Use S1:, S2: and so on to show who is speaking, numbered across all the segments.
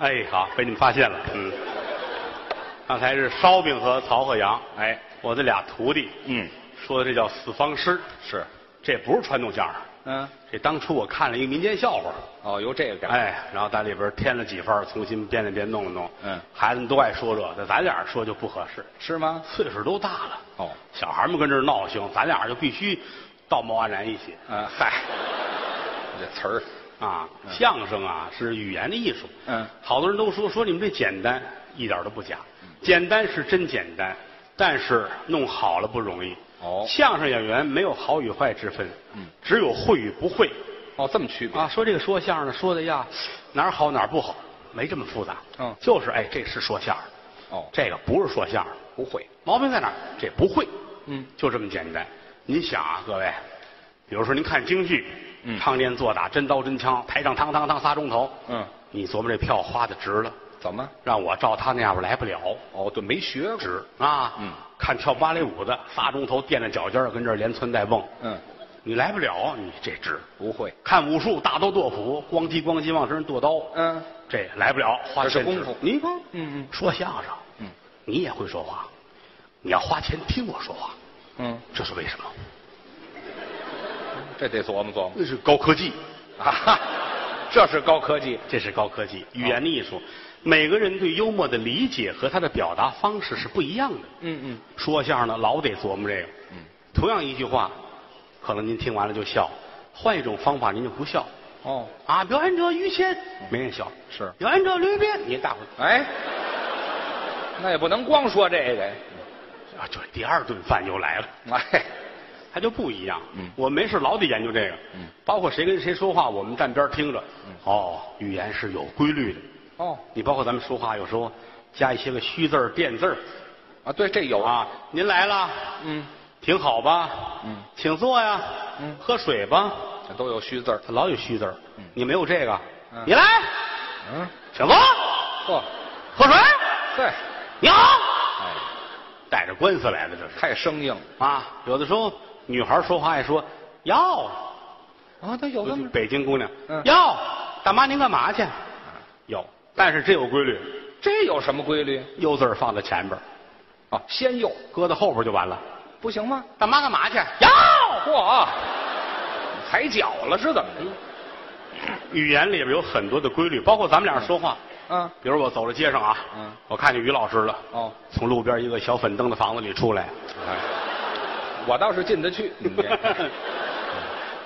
S1: 哎，好，被你们发现了。嗯，刚才是烧饼和曹鹤阳，
S2: 哎，
S1: 我的俩徒弟，
S2: 嗯，
S1: 说的这叫四方诗，
S2: 是，
S1: 这不是传统相声。
S2: 嗯，
S1: 这当初我看了一个民间笑话，
S2: 哦，由这个改，，
S1: 哎，然后在里边添了几分儿，重新编了编，弄了弄。
S2: 嗯
S1: 孩子们都爱说这，但咱俩说就不合适，
S2: 是吗？
S1: 岁数都大了。
S2: 哦，
S1: 小孩们跟这儿闹行，咱俩就必须道貌岸然一起。
S2: 嗯
S1: 嗨，
S2: 这词儿，
S1: 啊，相声啊是语言的艺术。
S2: 嗯
S1: 好多人都说说你们这简单，一点都不假，简单是真简单，但是弄好了不容易。
S2: 哦
S1: 相声演员没有好与坏之分，
S2: 嗯
S1: 只有会与不会
S2: 哦，这么区别
S1: 啊。说这个说相声的说的呀，哪儿好哪儿不好，没这么复杂。
S2: 嗯
S1: 就是哎，这是说相声，
S2: 哦，
S1: 这个不是说相声，
S2: 不会，
S1: 毛病在哪儿？这不会。
S2: 嗯，
S1: 就这么简单。您想啊，各位，比如说您看京剧，
S2: 嗯
S1: 唱念做打，真刀真枪，台上当当当仨钟头，
S2: 嗯，
S1: 你琢磨这票花的值了，
S2: 怎么？
S1: 让我照他那样我来不了，
S2: 哦，对，没学过，
S1: 值啊。
S2: 嗯，
S1: 看跳芭蕾舞的仨钟头垫着脚尖儿跟这儿连窜带蹦，
S2: 嗯，
S1: 你来不了，你这值。
S2: 不会，
S1: 看武术大刀剁斧，咣叽咣叽往身上剁刀，
S2: 嗯，
S1: 这来不了，花
S2: 这是
S1: 钱值
S2: 功夫
S1: 你看，
S2: 嗯嗯
S1: 说相声，
S2: 嗯，
S1: 你也会说话，你要花钱听我说话，
S2: 嗯，
S1: 这是为什么？
S2: 这得琢磨琢磨
S1: 那是高科技，
S2: 啊哈，这是高科技，
S1: 这是高科技，语言的艺术。每个人对幽默的理解和他的表达方式是不一样的。
S2: 嗯嗯，
S1: 说相声的老得琢磨这个。
S2: 嗯，
S1: 同样一句话，可能您听完了就笑，换一种方法您就不笑。
S2: 哦，
S1: 啊，表演者于谦，没人笑；
S2: 是
S1: 表演者吕斌，你大伙儿
S2: 哎，那也不能光说这个，
S1: 啊，这第二顿饭又来了，
S2: 哎，
S1: 他就不一样。
S2: 嗯
S1: 我没事老得研究这个。
S2: 嗯，
S1: 包括谁跟谁说话，我们站边儿听着。哦，语言是有规律的。
S2: 哦，
S1: 你包括咱们说话有时候加一些个虚字儿、垫字儿。
S2: 啊，对，这有，
S1: 啊，您来了，
S2: 嗯，
S1: 挺好吧？
S2: 嗯，
S1: 请坐呀。
S2: 嗯
S1: 喝水吧。
S2: 这都有虚字儿，
S1: 他老有虚字儿
S2: 嗯
S1: 你没有这个。
S2: 嗯
S1: 你来，
S2: 嗯，
S1: 请坐，
S2: 嚯，
S1: 喝水。
S2: 对，
S1: 你好，
S2: 哎，
S1: 带着官司来的这是
S2: 太生硬了
S1: 啊。有的时候女孩说话爱说要，
S2: 啊，他有那么
S1: 北京姑娘
S2: 嗯
S1: 要，大妈您干嘛去？有，但是这有规律，
S2: 这有什么规律？
S1: 又字儿放在前边儿，
S2: 啊，先右
S1: 搁到后边就完了。
S2: 不行吗？
S1: 大妈干嘛去？要。
S2: 嚯，踩脚了是怎么的？
S1: 语言里边有很多的规律，包括咱们俩人说话。
S2: 嗯，
S1: 比如我走到街上啊，
S2: 嗯
S1: 我看见于老师了，
S2: 哦，
S1: 从路边一个小粉灯的房子里出来，
S2: 哎，我倒是进得去，你这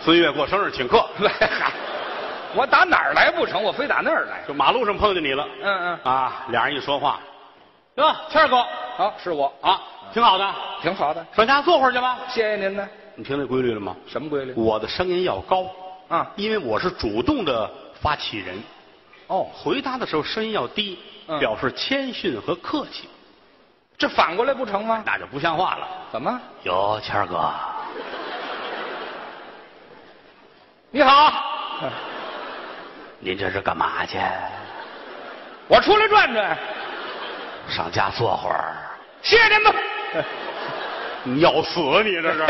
S1: 孙越过生日请客，
S2: 来，嗨 我打哪儿来不成？我非打那儿来。
S1: 就马路上碰见你了，
S2: 嗯嗯，
S1: 啊，俩人一说话，哟，谦儿哥
S2: 好，是我，
S1: 啊，挺好的，
S2: 挺好的，
S1: 上家坐会儿去吧。
S2: 谢谢您呢。
S1: 你听这规律了吗？
S2: 什么规律？
S1: 我的声音要高，
S2: 啊，
S1: 因为我是主动的发起人，
S2: 哦，
S1: 回答的时候声音要低，
S2: 嗯
S1: 表示谦逊和客气，
S2: 这反过来不成吗？
S1: 那就不像话了。
S2: 怎么？
S1: 哟，谦儿哥，
S2: 你好，
S1: 您这是干嘛去？
S2: 我出来转转，
S1: 上家坐会儿。
S2: 谢谢您吧。
S1: 你要死
S2: 啊
S1: 你这是！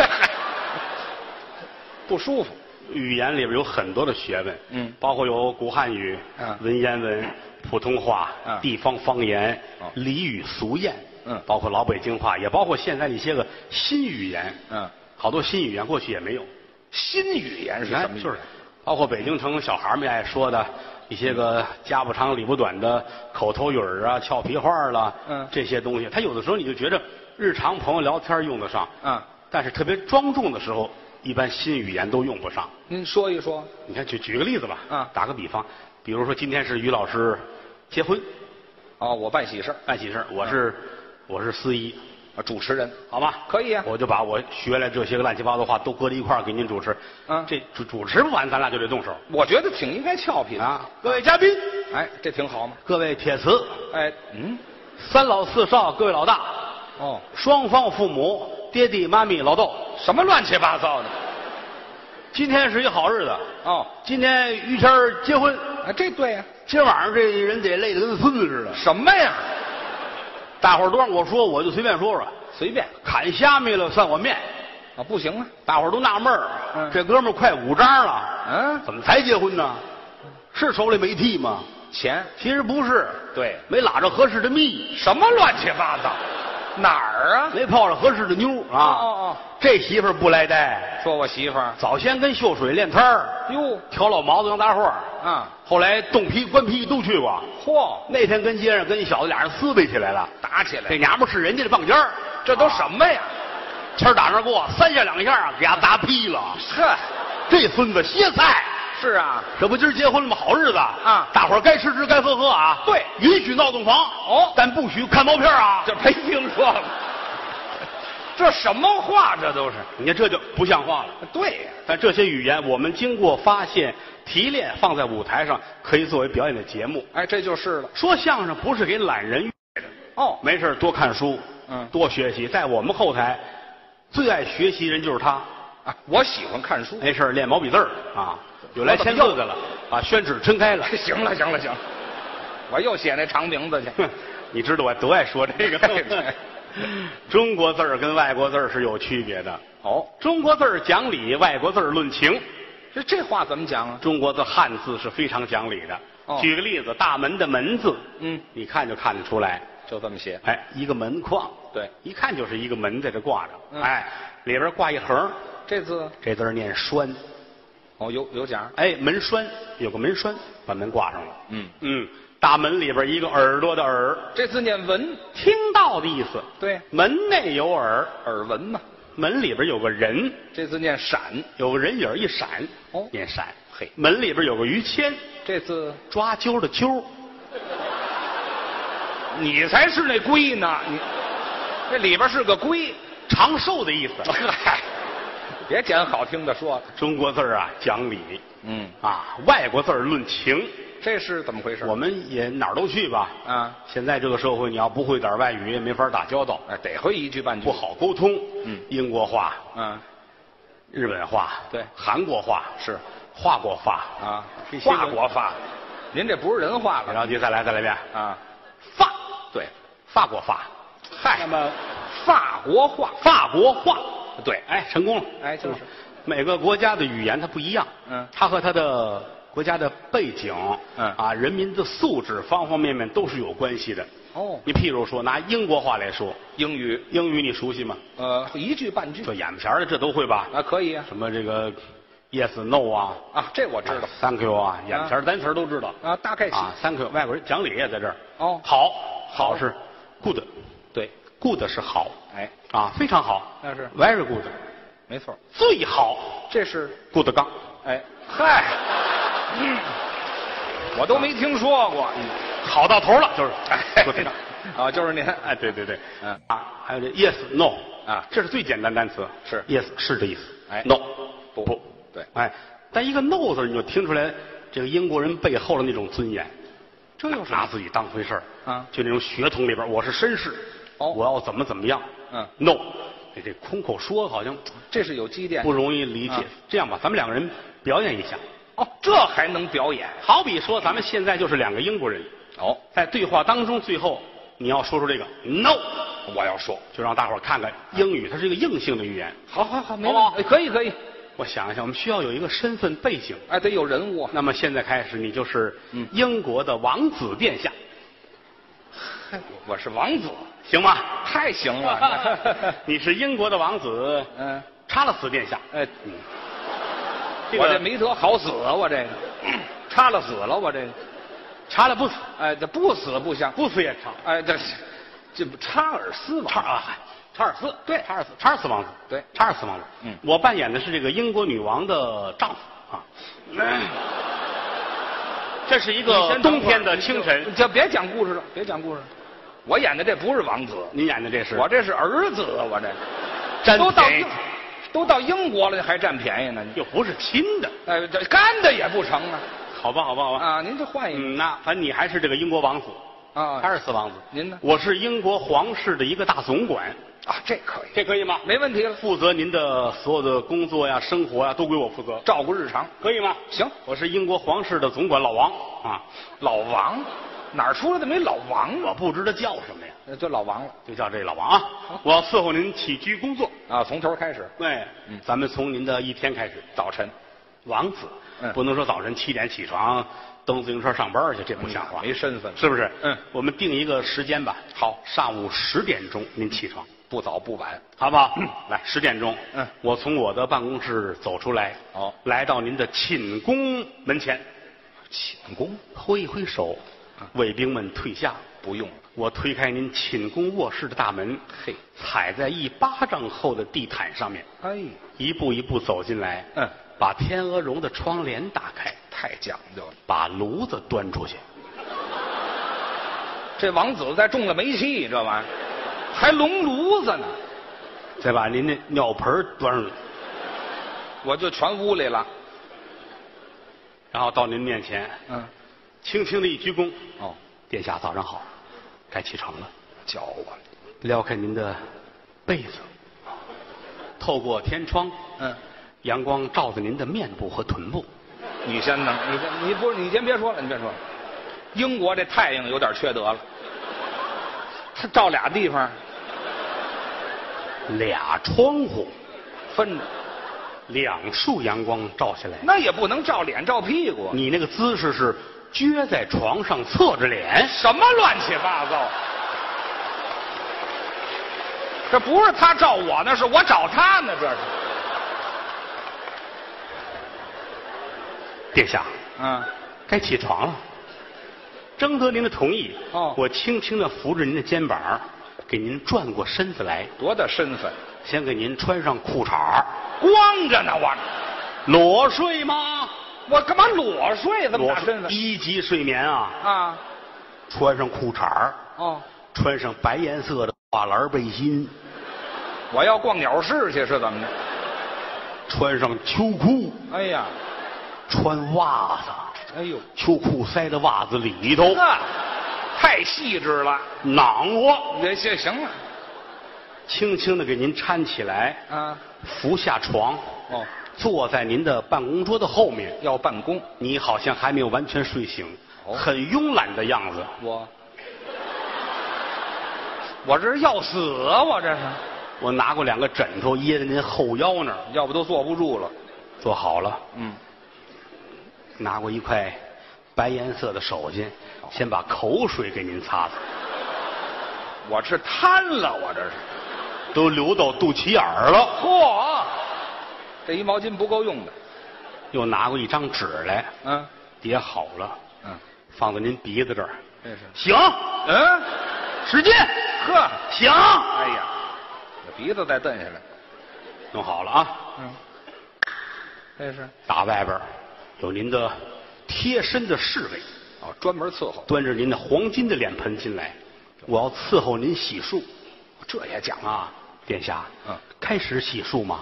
S2: 不舒服，
S1: 语言里边有很多的学问，
S2: 嗯
S1: 包括有古汉语、
S2: 嗯
S1: 文言文、普通话、
S2: 嗯
S1: 地方方言、
S2: 哦
S1: 俚语俗谚，
S2: 嗯
S1: 包括老北京话，也包括现在的一些个新语言，
S2: 嗯，
S1: 好多新语言过去也没有，
S2: 新语哎言是什么意思？
S1: 就是包括北京城小孩们爱说的一些个家不长理不短的口头语儿啊、俏皮话儿啦，
S2: 嗯
S1: 这些东西，他有的时候你就觉得日常朋友聊天用得上，
S2: 嗯
S1: 但是特别庄重的时候，一般新语言都用不上。
S2: 您说一说。
S1: 你看，举举个例子吧，
S2: 嗯
S1: 打个比方，比如说今天是于老师结婚
S2: 哦，我办喜事儿
S1: 办喜事，我是、我是司仪，
S2: 啊，主持人
S1: 好吧？
S2: 嗯可以啊
S1: 我就把我学来这些个乱七八糟的话都搁在一块儿给您主持。
S2: 嗯
S1: 这主主持不完，咱俩就得动手
S2: 我觉得挺应该俏皮的。
S1: 啊！各位嘉宾，
S2: 哎，这挺好嘛。
S1: 各位铁瓷，
S2: 哎，嗯，
S1: 三老四少，各位老大，
S2: 哦，
S1: 双方父母，爹地妈咪老豆，
S2: 什么乱七八糟的？
S1: 今天是一好日子，
S2: 哦，
S1: 今天于谦儿结婚，
S2: 哎，这对呀、
S1: 今儿晚上这人得累得跟孙子似的。
S2: 什么呀？
S1: 大伙儿都让我说，我就随便说说。
S2: 随便
S1: 砍虾米了算我面，
S2: 啊，不行啊。
S1: 大伙儿都纳闷儿、
S2: 嗯
S1: 这哥们儿快五张了，
S2: 嗯
S1: 怎么才结婚呢？是手里没剃吗？
S2: 钱
S1: 其实不是，
S2: 对
S1: 没拉着合适的蜜，
S2: 什么乱七八糟？哪儿啊？
S1: 没泡着合适的妞啊。
S2: 哦哦
S1: 这媳妇儿不来呆，
S2: 说我媳妇儿
S1: 早先跟秀水练摊儿，
S2: 哟
S1: 挑老毛子当大伙儿，
S2: 啊，
S1: 后来冻皮、关皮都去过。
S2: 嚯，
S1: 那天跟街上跟一小子俩人撕逼起来了，
S2: 打起来
S1: 这
S2: 了，
S1: 娘们儿是人家的棒尖儿，
S2: 这都什么呀？
S1: 谦儿打那儿过，三下两下啊给他砸劈了。
S2: 呵，
S1: 这孙子歇菜，
S2: 是啊，
S1: 这不今儿结婚了吗？好日子
S2: 啊
S1: 大伙儿该吃吃，该喝喝啊。
S2: 对
S1: 允许闹洞房
S2: 哦
S1: 但不许看毛片儿啊。
S2: 这没听说过， 这什么话？这都是
S1: 你看这就不像话了。
S2: 对呀、
S1: 但这些语言，我们经过发现、提炼，放在舞台上可以作为表演的节目。
S2: 哎，这就是了。
S1: 说相声不是给懒人
S2: 哦，
S1: 没事儿多看书，
S2: 嗯
S1: 多学习。在我们后台，最爱学习人就是他。
S2: 啊，我喜欢看书。
S1: 没事儿练毛笔字儿啊，有来签字的了，把宣纸抻开了。
S2: 行了，行了，行了，我又写那长名字去。
S1: 哼，你知道我多爱说这
S2: 对对
S1: 个。中国字儿跟外国字儿是有区别的，
S2: 哦，
S1: 中国字儿讲理，外国字儿论情。
S2: 这这话怎么讲啊？
S1: 中国的汉字是非常讲理的。
S2: 哦
S1: 举个例子，大门的门字，
S2: 嗯，
S1: 你看就看得出来，
S2: 就这么写。
S1: 哎，一个门框，
S2: 对，
S1: 一看就是一个门在这挂着，
S2: 嗯
S1: 哎，里边挂一横，
S2: 这字
S1: 这字儿念栓，
S2: 哦，有有讲。
S1: 哎，门栓有个门栓，把门挂上了。
S2: 嗯，
S1: 嗯，大门里边一个耳朵的耳，
S2: 这字念闻，
S1: 听到的意思。
S2: 对，
S1: 门内有耳，
S2: 耳闻嘛。
S1: 门里边有个人，
S2: 这字念闪，
S1: 有个人影儿一闪，
S2: 哦
S1: 念闪。
S2: 嘿
S1: 门里边有个于谦，
S2: 这字
S1: 抓阄的阄，
S2: 你才是那龟呢，你这里边是个龟。
S1: 长寿的意思。
S2: 嗨，别捡好听的说了。
S1: 中国字儿啊讲理
S2: 嗯，
S1: 啊，外国字儿论情。
S2: 这是怎么回事？
S1: 我们也哪儿都去吧。
S2: 啊，
S1: 现在这个社会，你要不会点儿外语，也没法打交道，
S2: 哎，得会一句半句。
S1: 不好沟通。
S2: 嗯
S1: 英国话、
S2: 嗯，
S1: 日本话、
S2: 对
S1: 韩国话、
S2: 是
S1: 华国话
S2: 啊
S1: 这，些个
S2: 华国啊话，您这不是人话
S1: 别着
S2: 了
S1: 急，再来，再来一遍。
S2: 啊？
S1: 法，
S2: 对，
S1: 法国话，
S2: 嗨，
S1: 那么
S2: 法国话，
S1: 法国话，
S2: 对，
S1: 哎，成功了。
S2: 哎就是
S1: 嗯每个国家的语言它不一样，
S2: 嗯
S1: 它和它的国家的背景，
S2: 嗯
S1: 啊，人民的素质方方面面都是有关系的。
S2: 哦，
S1: 你譬如说，拿英国话来说，
S2: 英语，
S1: 英语你熟悉吗？
S2: 呃，一句半句
S1: 这眼前儿的这都会吧？
S2: 啊，可以啊，
S1: 什么这个 yes no 啊，
S2: 啊，这我知道
S1: ，thank you 啊，眼前儿单词儿都知道
S2: 啊，大概
S1: 啊
S2: 行，
S1: ，thank you 外国人讲理啊也在这儿。
S2: 哦
S1: 好，好是 good，good
S2: 对，
S1: 是好
S2: 哎，
S1: 啊，非常好，
S2: 那是
S1: very good，
S2: 没错，
S1: 最好
S2: 这是，
S1: good 杠，
S2: 哎，嗨，嗯我都没听说过，
S1: 好到头了就是 good
S2: 哎
S1: 杠。，
S2: 啊，就是您，
S1: 哎，对对对，
S2: 嗯
S1: 啊，还有这 yes no
S2: 啊
S1: 这是最简单单词，
S2: 是
S1: yes 是这意思，
S2: 哎
S1: ，no
S2: 不
S1: 不，
S2: 对，
S1: 哎，但一个 no 字你就听出来这个英国人背后的那种尊严，
S2: 这有什
S1: 拿
S2: 么？
S1: 自己当回事儿
S2: 啊
S1: 就那种血统里边，我是绅士，
S2: 哦
S1: 我要怎么怎么样，
S2: 嗯
S1: ，no，你这空口说好像
S2: 这是有积淀
S1: 不容易理解
S2: 啊。
S1: 这样吧，咱们两个人表演一下，
S2: 哦，这还能表演？
S1: 好比说咱们现在就是两个英国人，
S2: 哦，
S1: 在对话当中，最后你要说出这个 no，
S2: 我要说，
S1: 就让大伙儿看看英语它是一个硬性的语言。
S2: 好好好，没
S1: 好不好
S2: 问题，哎可以可以，
S1: 我想一下，我们需要有一个身份背景。
S2: 哎，得有人物啊，
S1: 那么现在开始，你就是
S2: 嗯
S1: 英国的王子殿下，
S2: 我是王子，
S1: 行吗？
S2: 太行 了，
S1: 你是英国的王子
S2: 嗯，
S1: 查勒斯殿下。
S2: 哎。
S1: 这
S2: 我这
S1: 个
S2: 没得好死啊！我这个，插了死了！我这个，
S1: 查勒不死，
S2: 哎，这不死不行，
S1: 不死也查。
S2: 哎，这是这不查尔斯王
S1: 查啊，查尔斯，
S2: 对
S1: 查尔斯，查尔斯王子，
S2: 对
S1: 查尔斯王子。
S2: 嗯
S1: 我扮演的是这个英国女王的丈夫啊。
S2: 嗯
S1: 这是一个冬天的清晨，
S2: 就别讲故事了，别讲故事了。我演的这不是王子，
S1: 您演的这是
S2: 我这是儿子啊！我这
S1: 占
S2: 都到
S1: 便宜
S2: 英，都到英国了，还占便宜呢？你
S1: 又不是亲的，
S2: 哎，这干的也不成啊！
S1: 好吧，好吧，好吧。
S2: 啊，您就换一个
S1: 嗯，那反正你还是这个英国王子，
S2: 啊
S1: 查尔斯王子。
S2: 您呢
S1: 我是英国皇室的一个大总管，
S2: 啊，这可以，
S1: 这可以吗？
S2: 没问题了，
S1: 负责您的所有的工作呀、生活呀，都归我负责，
S2: 照顾日常。
S1: 可以吗？
S2: 行，
S1: 我是英国皇室的总管老王啊，
S2: 老王哪儿出来的没老王
S1: 我
S2: 啊？
S1: 不知道叫什么呀，
S2: 那就老王了
S1: 就叫这老王啊。我要伺候您起居工作。哎
S2: 啊！从头开始，
S1: 对，
S2: 嗯
S1: 咱们从您的一天开始，
S2: 早晨。
S1: 王子
S2: 嗯，
S1: 不能说早晨七点起床，蹬自行车上班去，这不像话，
S2: 没身份，
S1: 是不是？
S2: 嗯
S1: 我们定一个时间吧。好，上午十点钟您起床，
S2: 不早不晚。
S1: 好不好？来，十点钟，
S2: 嗯
S1: 我从我的办公室走出来，
S2: 哦
S1: 来到您的寝宫门前，
S2: 寝宫
S1: 挥一挥手，卫兵们退下。
S2: 不用了，
S1: 我推开您寝宫卧室的大门，
S2: 嘿，
S1: 踩在一巴掌厚的地毯上面，
S2: 哎呀，
S1: 一步一步走进来，
S2: 嗯，
S1: 把天鹅绒的窗帘打开，
S2: 太讲究了。
S1: 把炉子端出去，
S2: 这王子再中了煤气，这玩意儿还龙炉子呢，
S1: 再把您那尿盆儿端上去，
S2: 我就全屋里了。
S1: 然后到您面前，
S2: 嗯，
S1: 轻轻的一鞠躬，
S2: 哦，
S1: 殿下早上好，该起床了。
S2: 叫我，
S1: 撩开您的被子，透过天窗，
S2: 嗯，
S1: 阳光照在您的面部和臀部。
S2: 你先等，你先，你不是你先别说了，你别说了。英国这太阳有点缺德了，它照俩地方
S1: 俩窗户，
S2: 分着，
S1: 两束阳光照下来。
S2: 那也不能照脸照屁股。啊
S1: 你那个姿势是撅在床上，侧着脸。
S2: 什么乱七八糟？这不是他照我呢，是我找他呢，这是。
S1: 殿下，
S2: 嗯，
S1: 该起床了。征得您的同意，
S2: 哦
S1: 我轻轻地扶着您的肩膀，给您转过身子来，
S2: 多大身份？
S1: 先给您穿上裤衩儿
S2: 光着呢，我
S1: 裸睡吗？
S2: 我干嘛裸睡？这么
S1: 裸
S2: 大身份
S1: 一级睡眠啊，
S2: 啊？
S1: 穿上裤衩儿
S2: 哦，
S1: 穿上白颜色的跨栏背心，
S2: 我要逛鸟市去是怎么的？
S1: 穿上秋裤，
S2: 哎呀，
S1: 穿袜子，
S2: 哎呦，
S1: 秋裤塞到袜子里头，
S2: 呵，太细致了。
S1: 囊窝，
S2: 这这行了
S1: 轻轻的给您搀起来，
S2: 啊？
S1: 扶下床，
S2: 哦，
S1: 坐在您的办公桌的后面。
S2: 要办公，
S1: 你好像还没有完全睡醒，
S2: 哦
S1: 很慵懒的样子。
S2: 我我这是要死啊！我这是，
S1: 我拿过两个枕头掖在您后腰那儿，
S2: 要不都坐不住了。
S1: 坐好了，
S2: 嗯。
S1: 拿过一块白颜色的手巾，先把口水给您擦擦。
S2: 我是贪了，我这是。
S1: 都流到肚脐眼儿了。
S2: 嚯，这一毛巾不够用的。
S1: 又拿过一张纸来，
S2: 嗯
S1: 叠好了，
S2: 嗯，
S1: 放在您鼻子这儿。
S2: 这是。
S1: 行，
S2: 嗯，
S1: 使劲，
S2: 呵，
S1: 行，
S2: 哎呀，这鼻子再蹬下来。
S1: 弄好了啊。
S2: 嗯，这是
S1: 打外边儿有您的贴身的侍卫，
S2: 哦，专门伺候，
S1: 端着您的黄金的脸盆进来，我要伺候您洗漱
S2: 这也讲啊。
S1: 啊，殿下。
S2: 嗯，
S1: 开始洗漱吗？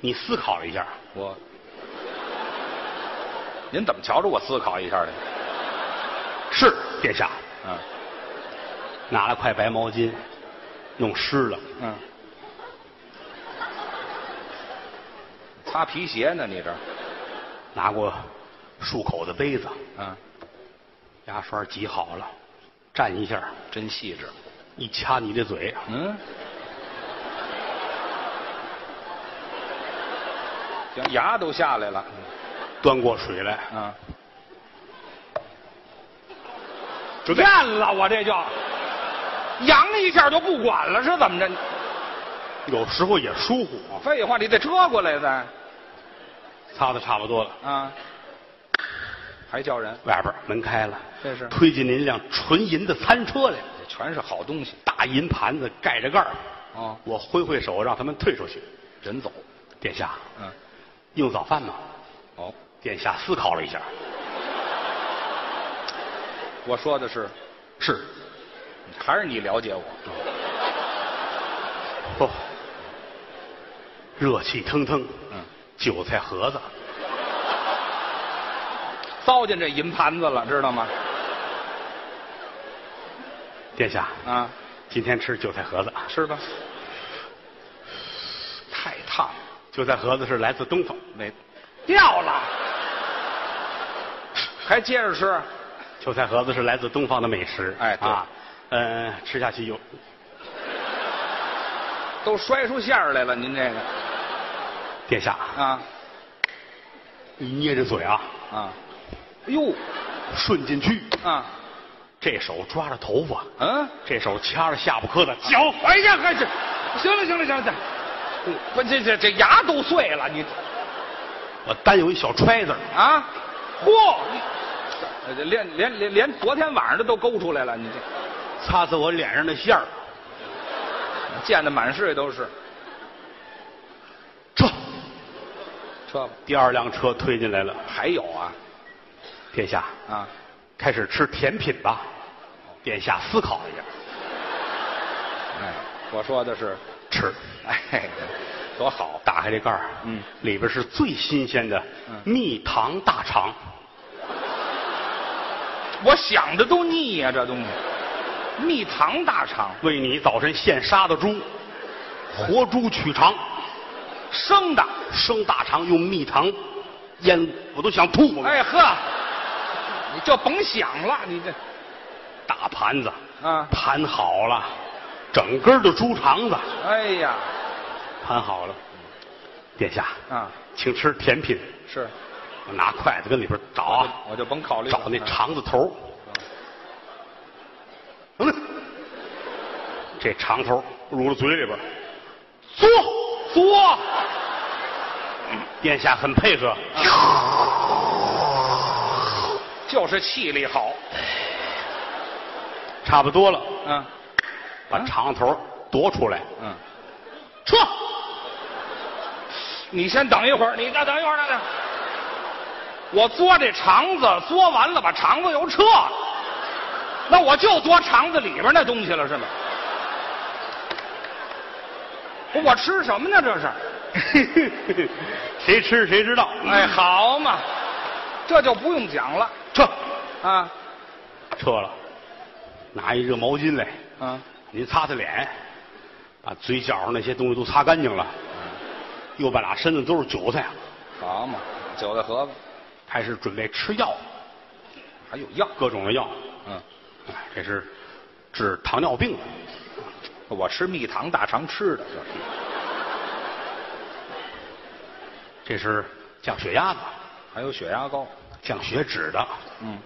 S1: 你思考了一下，
S2: 我，您怎么瞧着我思考一下的？
S1: 是殿下。
S2: 嗯
S1: 拿了块白毛巾，弄湿了，
S2: 嗯。擦皮鞋呢，你这儿？
S1: 拿过漱口的杯子，
S2: 嗯，
S1: 牙刷挤好了，蘸一下，
S2: 真细致。
S1: 一掐你的嘴，
S2: 嗯，行，牙都下来了。
S1: 端过水来，
S2: 啊，
S1: 准备
S2: 变了，我这就扬一下就不管了，是怎么着？
S1: 有时候也疏忽啊，
S2: 废话，你得折过来再
S1: 擦的差不多了，
S2: 啊，还叫人？
S1: 外边门开了，
S2: 这是
S1: 推进您一辆纯银的餐车来，
S2: 这全是好东西
S1: 大银盘子盖着盖儿，
S2: 哦，
S1: 我挥挥手让他们退出去。
S2: 人走，
S1: 殿下，
S2: 嗯，
S1: 用早饭吗？
S2: 哦，
S1: 殿下思考了一下，
S2: 我说的是，
S1: 是，
S2: 还是你了解我？
S1: 不、哦热气腾腾，
S2: 嗯，
S1: 韭菜盒子，
S2: 糟践这银盘子了，知道吗？
S1: 殿下，
S2: 啊，
S1: 今天吃韭菜盒子，
S2: 吃吧，太烫了。
S1: 韭菜盒子是来自东方，
S2: 没掉了，还接着吃？
S1: 韭菜盒子是来自东方的美食，
S2: 哎对
S1: 啊，嗯，吃下去有
S2: 都摔出馅儿来了，您这个
S1: 殿下，
S2: 啊
S1: 你捏着嘴啊，
S2: 啊，哟，
S1: 顺进去，
S2: 啊，
S1: 这手抓着头发，
S2: 嗯，
S1: 这手掐着下巴磕子，脚，哎呀，还是
S2: 行了行了行了行了，嗯不这这这牙都碎了你
S1: 我单有一小揣子，
S2: 啊，嚯，你这连连连连昨天晚上的都勾出来了，你这
S1: 擦擦我脸上的线儿，
S2: 溅的满世界都是。
S1: 撤。
S2: 车
S1: 第二辆车推进来了，
S2: 还有啊
S1: 殿下，
S2: 啊，
S1: 开始吃甜品吧。殿下思考了一下，
S2: 哎，我说的是，
S1: 吃，
S2: 哎，多好，
S1: 打开这盖儿，
S2: 嗯，
S1: 里边是最新鲜的
S2: 嗯
S1: 蜜糖大肠，
S2: 我想的都腻呀、这东西，蜜糖大肠，
S1: 为你早晨现杀的猪，活猪取肠，
S2: 生的，
S1: 生大肠用蜜糖腌，我都想吐了。
S2: 哎呵，你这甭想了，你这
S1: 大盘子，
S2: 啊，
S1: 盘好了，整根儿的猪肠子
S2: 哎呀，
S1: 盘好了，殿下，
S2: 啊，
S1: 请吃甜品。
S2: 是，
S1: 我拿筷子跟里边找啊，
S2: 我就甭考虑了
S1: 找那肠子头。嗯，这肠头入了嘴里边，嘬嘬。殿下很配合，
S2: 就是气力好，
S1: 差不多了，
S2: 嗯
S1: 把肠头夺出来，
S2: 嗯，
S1: 撤。
S2: 你先等一会儿，你再等一会儿，等等，我嘬这肠子，嘬完了把肠子又撤了，那我就嘬肠子里边那东西了，是吗？不，我吃什么呢？这是，
S1: 谁吃谁知道。
S2: 哎，，好嘛，这就不用讲了
S1: 嗯撤，
S2: 啊
S1: 撤了，拿一热毛巾来，
S2: 啊，
S1: 您擦擦脸，把嘴角上那些东西都擦干净了。右半拉身子都是韭菜，啊
S2: 好嘛，韭菜盒子
S1: 开始准备吃药，
S2: 还有药，
S1: 各种的药。
S2: 嗯，
S1: 哎这是治糖尿病的。
S2: 我吃蜜糖大肠吃的，
S1: 这
S2: 这是
S1: 是降血压的，
S2: 还有血压高，
S1: 降血脂的，
S2: 嗯，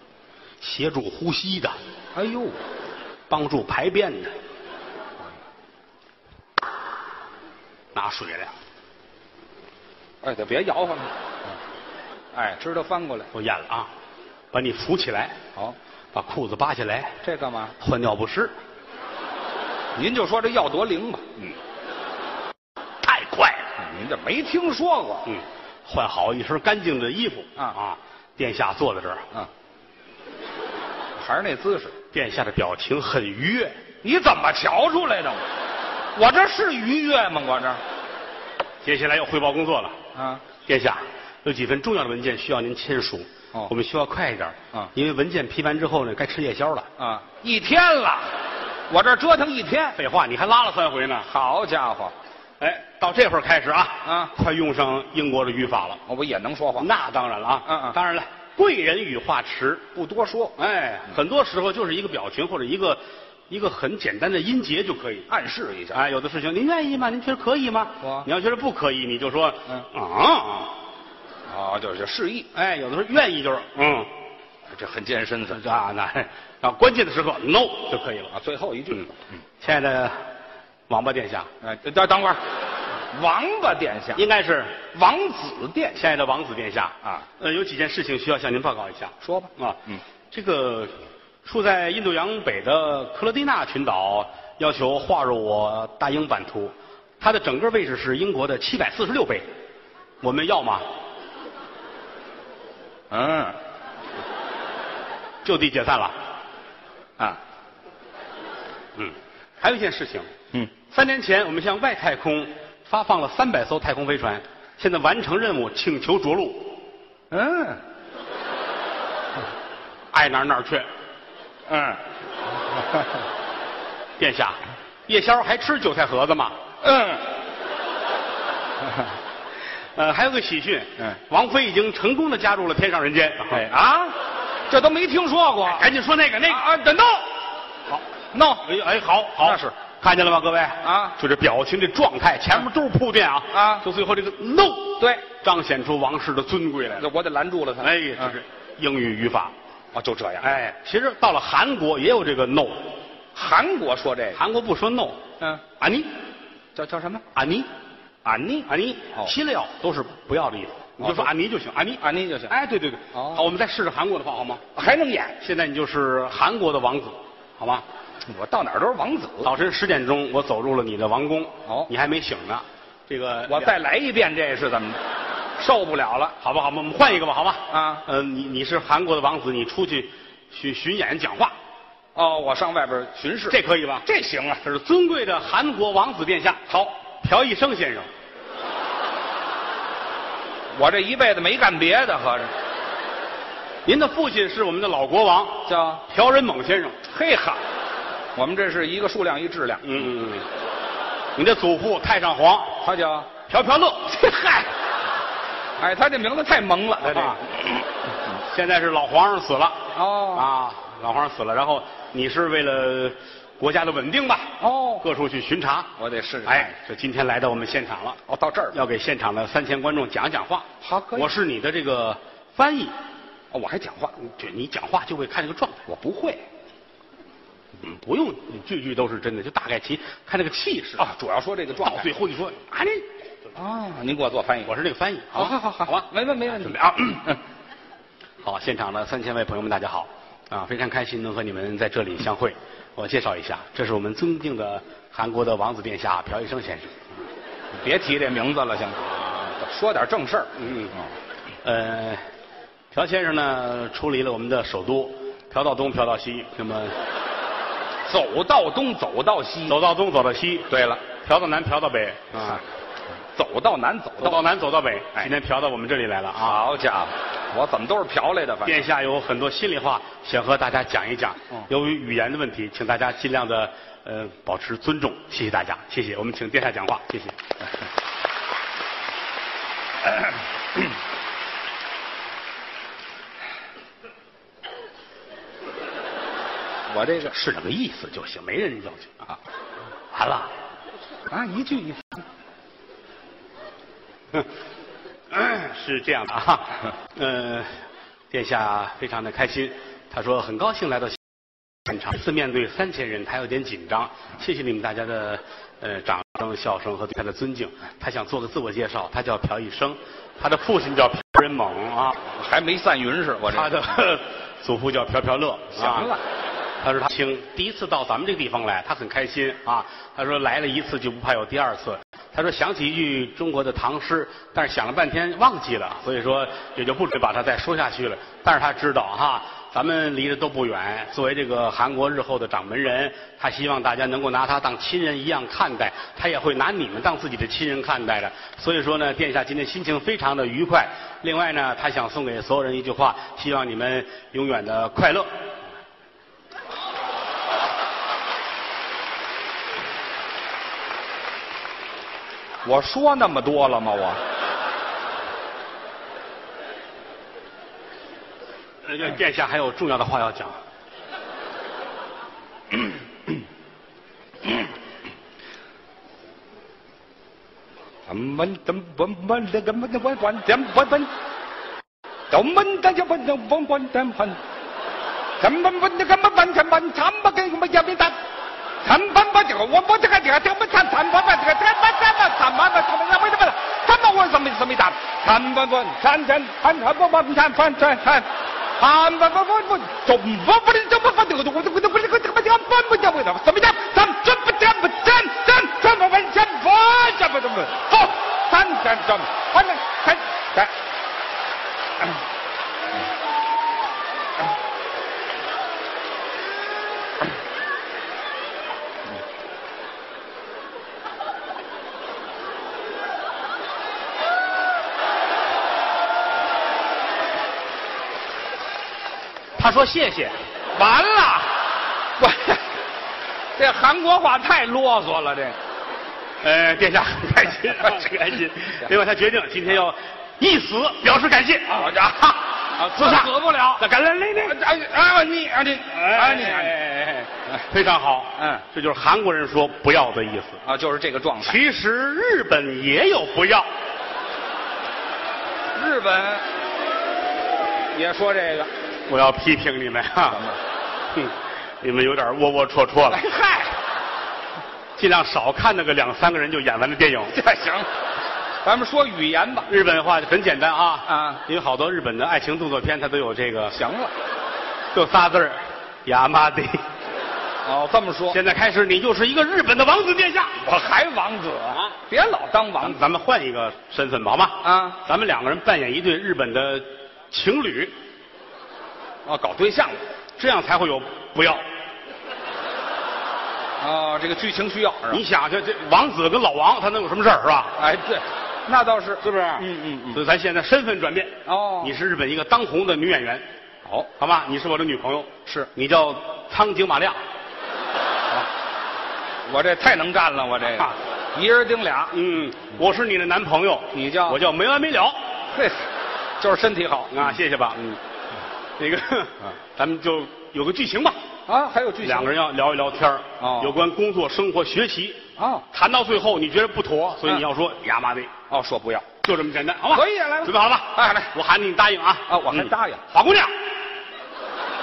S1: 协助呼吸的，
S2: 哎呦，
S1: 帮助排便的。拿水来，
S2: 哎，得别摇晃了，嗯哎，知道翻过来，
S1: 我咽了啊！把你扶起来，
S2: 好，
S1: 把裤子扒下来，
S2: 这干嘛？
S1: 换尿不湿，
S2: 您就说这药多灵吧，
S1: 太快了。
S2: 您这没听说过，
S1: 嗯，换好一身干净的衣服
S2: 啊
S1: 殿下坐在这儿，
S2: 嗯，还是那姿势，
S1: 殿下的表情很愉悦，
S2: 你怎么瞧出来的？我这是愉悦吗？我这，
S1: 接下来要汇报工作了。
S2: 啊，
S1: 殿下，有几份重要的文件需要您签署，
S2: 哦
S1: 我们需要快一点，
S2: 嗯
S1: 因为文件批完之后呢，该吃夜宵了。
S2: 啊，一天了，我这折腾一天。
S1: 废话，你还拉了三回呢。
S2: 好家伙，
S1: 哎，到这会儿开始啊，
S2: 啊
S1: 快用上英国的语法了。
S2: 我也能说话，
S1: 那当然了啊，
S2: 嗯嗯
S1: 当然了，贵人语化迟，
S2: 不多说，
S1: 哎，很多时候就是一个表情或者一个一个很简单的音节就可以。
S2: 暗示一下。
S1: 哎，有的事情您愿意吗？您觉得可以吗
S2: 我？
S1: 你要觉得不可以，你就说
S2: 嗯
S1: 啊。
S2: 啊，就是示意，
S1: 哎，有的时候愿意就是嗯，
S2: 这很健身的
S1: 啊那啊关键的时刻 no 就可以了。
S2: 啊。最后一句
S1: 嗯，，亲爱的王八殿下，
S2: 哎，等等会儿，王八殿下，
S1: 应该是
S2: 王子殿下，
S1: 亲爱的王子殿下
S2: 啊。
S1: 呃，有几件事情需要向您报告一下
S2: 说吧。
S1: 啊。
S2: 嗯，
S1: 这个处在印度洋北的克罗地纳群岛要求划入我大英版图，它的整个位置是英国的七百四十六倍，我们要吗？
S2: 嗯，
S1: 就地解散了。
S2: 啊，
S1: 嗯，还有一件事情，
S2: 嗯，
S1: 三年前我们向外太空发放了三百艘太空飞船，现在完成任务，请求着陆，
S2: 嗯，
S1: 爱哪儿哪儿去。
S2: 嗯，
S1: 殿下，夜宵还吃韭菜盒子吗？
S2: 嗯，
S1: 呃，还有个喜讯，
S2: 嗯
S1: 王菲已经成功的加入了天上人间。
S2: 哎，啊，这都没听说过。
S1: 赶紧说哎那个那个，
S2: 啊，等等，
S1: 好，
S2: no
S1: 哎哎，好好，
S2: 那是
S1: 看见了吧，各位
S2: 啊
S1: 就这表情这状态，前面都是铺垫啊
S2: 啊
S1: 就最后这个 no，
S2: 对，
S1: 彰显出王室的尊贵来了哎
S2: 那。我得拦住了他。啊
S1: 哎，这是英语语法，
S2: 哦，就这样。哎，
S1: 哎，其实到了韩国也有这个 no，
S2: 韩国说这个，
S1: 韩国不说 no，
S2: 嗯，
S1: 啊尼
S2: 叫叫什么？
S1: 啊尼
S2: 安妮，
S1: 啊尼
S2: 哦，
S1: 西料都是不要的意思，你就说啊尼就行，啊尼
S2: 安妮就行。
S1: 哎，对对对，
S2: 哦
S1: 好，我们再试试韩国的话好吗？
S2: 还能演？
S1: 现在你就是韩国的王子，好吗？
S2: 我到哪儿都是王子。
S1: 早晨十点钟，我走入了你的王宫，
S2: 哦
S1: 你还没醒呢，这个
S2: 我再来一遍，这是怎么着？受不了了
S1: 好吧好吧，我们换一个吧，好吧？
S2: 啊！
S1: 呃，你你是韩国的王子，你出去巡巡演讲话，
S2: 哦，我上外边巡视，
S1: 这可以吧？
S2: 这行啊，
S1: 这是尊贵的韩国王子殿下，好，朴一生先生，
S2: 我这一辈子没干别的，合
S1: 哦
S2: 着
S1: 您的父亲是我们的老国王
S2: 叫
S1: 朴仁猛先生，
S2: 嘿哈，我们这是一个数量一质量，
S1: 嗯，你的祖父太上皇
S2: 他叫
S1: 朴朴乐，
S2: 嗨，哎，他这名字太萌了，他这
S1: 啊，现在是老皇上死了
S2: 哦
S1: 啊，老皇上死了，然后你是为了国家的稳定吧，
S2: 哦，
S1: 各处去巡查，
S2: 我得试试，
S1: 哎，这今天来到我们现场了，
S2: 哦，到这儿了，
S1: 要给现场的三千观众讲讲话。
S2: 好可以
S1: 我是你的这个翻译，
S2: 哦我还讲话，
S1: 对你讲话就会看这个状态，
S2: 我不会
S1: 嗯不用你句句都是真的，就大概其看这个气势。
S2: 啊，主要说这个状
S1: 到
S2: 态
S1: 最后你说啊，你
S2: 啊，您给我做翻译，
S1: 我是那个翻译，
S2: 好好好好
S1: 好吧，
S2: 没问没问题
S1: 准备啊。 嗯好，现场的三千位朋友们，大家好，啊，非常开心能和你们在这里相会。我介绍一下，这是我们尊敬的韩国的王子殿下朴医生先生。
S2: 别提这名字了，行吗？说点正事儿，
S1: 嗯，呃，朴先生呢出离了我们的首都，朴到东，朴到西，那么
S2: 走到东，走到西，
S1: 走到东，走到西，
S2: 对了，
S1: 朴到南，朴到北，
S2: 啊，走到南，走
S1: 走
S2: 到
S1: 到南，走到北，
S2: 哎
S1: 今天朴到我们这里来了啊。
S2: 好家伙，我怎么都是嫖来的，反正
S1: 殿下有很多心里话想和大家讲一讲
S2: 嗯，
S1: 由于语言的问题，请大家尽量的呃保持尊重，谢谢大家，谢谢。我们请殿下讲话，谢谢。
S2: 我这个
S1: 是那个意思就行，没人要求啊。完了，
S2: 啊，一句一
S1: 是这样的啊，呃，殿下非常的开心，他说很高兴来到现场，这次面对三千人，他有点紧张，谢谢你们大家的呃掌声、笑声和对他的尊敬。他想做个自我介绍，他叫朴一生，他的父亲叫朴仁猛啊，
S2: 还没散云似的，我这
S1: 他的祖父叫朴朴乐。
S2: 行了
S1: 啊，他说他听第一次到咱们这个地方来，他很开心啊。他说来了一次就不怕有第二次。他说想起一句中国的唐诗，但是想了半天忘记了，所以说也就不准把它再说下去了。但是他知道哈，咱们离着都不远。作为这个韩国日后的掌门人，他希望大家能够拿他当亲人一样看待，他也会拿你们当自己的亲人看待的。所以说呢，殿下今天心情非常的愉快。另外呢，他想送给所有人一句话，希望你们永远的快乐。
S2: 我说那么多了吗？我
S1: 呃，殿下还有重要的话要讲。
S2: 怎么怎么怎么那个么那我管怎么怎么怎么大家不能甭管怎么怎么不那个么完全完全不给我们家别打。怎么不这个我我这个这个怎么怎么怎么这个怎么怎么怎么怎么怎么怎么怎么我怎么怎么打？怎么不怎怎怎怎不不怎怎怎怎？啊不不不不，怎么不的怎么不这个我这个这个这个这个怎么不怎么怎么怎么怎怎怎不怎不怎怎怎么不怎不怎么怎么不怎怎怎么反正还还。
S1: 他说谢谢。
S2: 完了， 我这韩国话太啰嗦了，这
S1: 呃，殿下很开心，很开 心。另外，他决定今天要一死表示感谢。
S2: 好家伙，啊
S1: 自杀
S2: 死不了。
S1: 那赶来来来，
S2: 哎啊你啊你啊你啊你
S1: 哎哎，非常好。
S2: 嗯
S1: 这就是韩国人说不要的意思。
S2: 啊，就是这个状态。
S1: 其实日本也有不要，
S2: 日本也说这个，
S1: 我要批评你们哈
S2: 怎么，
S1: 哼，你们有点窝窝戳戳了
S2: 哎，嗨，
S1: 尽量少看那个两三个人就演完的电影。
S2: 这行，咱们说语言吧。
S1: 日本话就很简单啊，
S2: 啊
S1: 因为好多日本的爱情动作片，它都有这个，
S2: 行了，
S1: 就仨字儿，亚麻地。
S2: 哦，这么说，
S1: 现在开始，你就是一个日本的王子殿下。
S2: 我还王子啊
S1: 啊？
S2: 别老当
S1: 咱
S2: 王
S1: 们
S2: 子
S1: 咱们换一个身份吧，好吗？
S2: 啊！
S1: 咱们两个人扮演一对日本的情侣，
S2: 哦，搞对象
S1: 这样才会有不要。
S2: 哦，这个剧情需要是吧？
S1: 你想，这这王子跟老王，他能有什么事儿是吧？
S2: 哎，对，那倒是，
S1: 是不是？
S2: 嗯嗯嗯
S1: 所以咱现在身份转变，
S2: 哦，
S1: 你是日本一个当红的女演员，
S2: 好
S1: 好吗？你是我的女朋友，
S2: 是
S1: 你叫苍井玛利亚，
S2: 我这太能干了，我这
S1: 啊
S2: 个一人顶俩，
S1: 嗯，我是你的男朋友，
S2: 你叫
S1: 我叫没完没了
S2: 嘿，就是身体好
S1: 啊，谢谢吧，嗯，那个， 咱们就有个剧情吧，
S2: 啊，还有啊剧情
S1: 两个人要聊一聊天儿
S2: 哦
S1: 有关工作、生活、学习，
S2: 啊，
S1: 谈到最后你觉得不妥，所以
S2: 嗯
S1: 你要说亚麻的，
S2: 哦，说不要
S1: 就这么简单，好吧？
S2: 可以啊来吧
S1: 准备好了吧？
S2: 哎来
S1: 我喊你，你答应啊？
S2: 啊我还
S1: 嗯
S2: 答应
S1: 花姑娘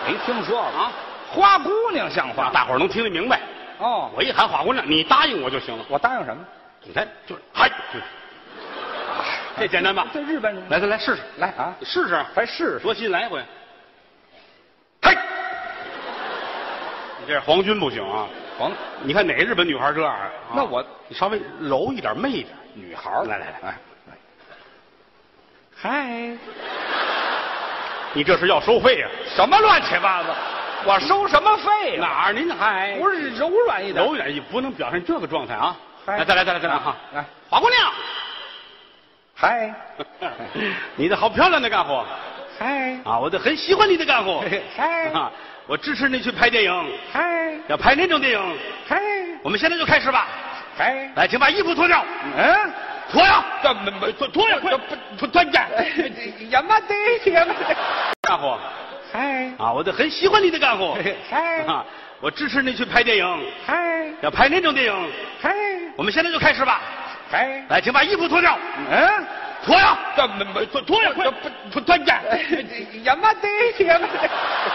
S2: 没听说过
S1: 啊，
S2: 花姑娘像话
S1: 大伙儿能听得明白。
S2: 哦，
S1: 我一喊花姑娘，你答应我就行了。
S2: 我答应什么？
S1: 你看，就是嗨，就是这简单吧？
S2: 这日本人
S1: 来，咱来试试，
S2: 哎来啊，
S1: 试试，
S2: 还试试
S1: 多新来一回。嗨，你这皇军不行啊！
S2: 甭
S1: 你看哪个日本女孩这样啊？
S2: 那我
S1: 你稍微柔一点，媚一点。
S2: 女孩儿
S1: 来来来
S2: 哎，嗨，
S1: 你这是要收费呀、啊
S2: 什么乱七八糟？我收什么费呀？
S1: 哪儿您嗨？
S2: 不是柔软一点，
S1: 柔软也不能表现这个状态啊！
S2: 嗨
S1: 来，再来，再来，再来哈！
S2: 来，
S1: 花姑娘，
S2: 嗨，
S1: 你的好漂亮的干活
S2: 嗨，
S1: 啊！我的很喜欢你的干活
S2: 嘿嘿嗨
S1: 啊！我支持你去拍电影，
S2: 嗨，
S1: 要拍那种电影。
S2: 嗨，
S1: 我们现在就开始吧，
S2: 嗨，
S1: 来，请把衣服脱掉，
S2: 嗯。
S1: 脱呀，
S2: 这没没
S1: 脱脱呀，快脱脱呀！
S2: 也没得，也没得。
S1: 干活
S2: 嗨
S1: 啊！我的很喜欢你的干活
S2: 嗨
S1: 啊！我支持你去拍电影，
S2: 嗨
S1: 要拍那种电影。
S2: 嗨
S1: 我们现在就开始吧，
S2: 嗨，
S1: 来，请把衣服脱掉，
S2: 嗯，
S1: 脱呀，
S2: 这没没
S1: 脱脱呀，快脱脱呀！
S2: 也没得，也没得。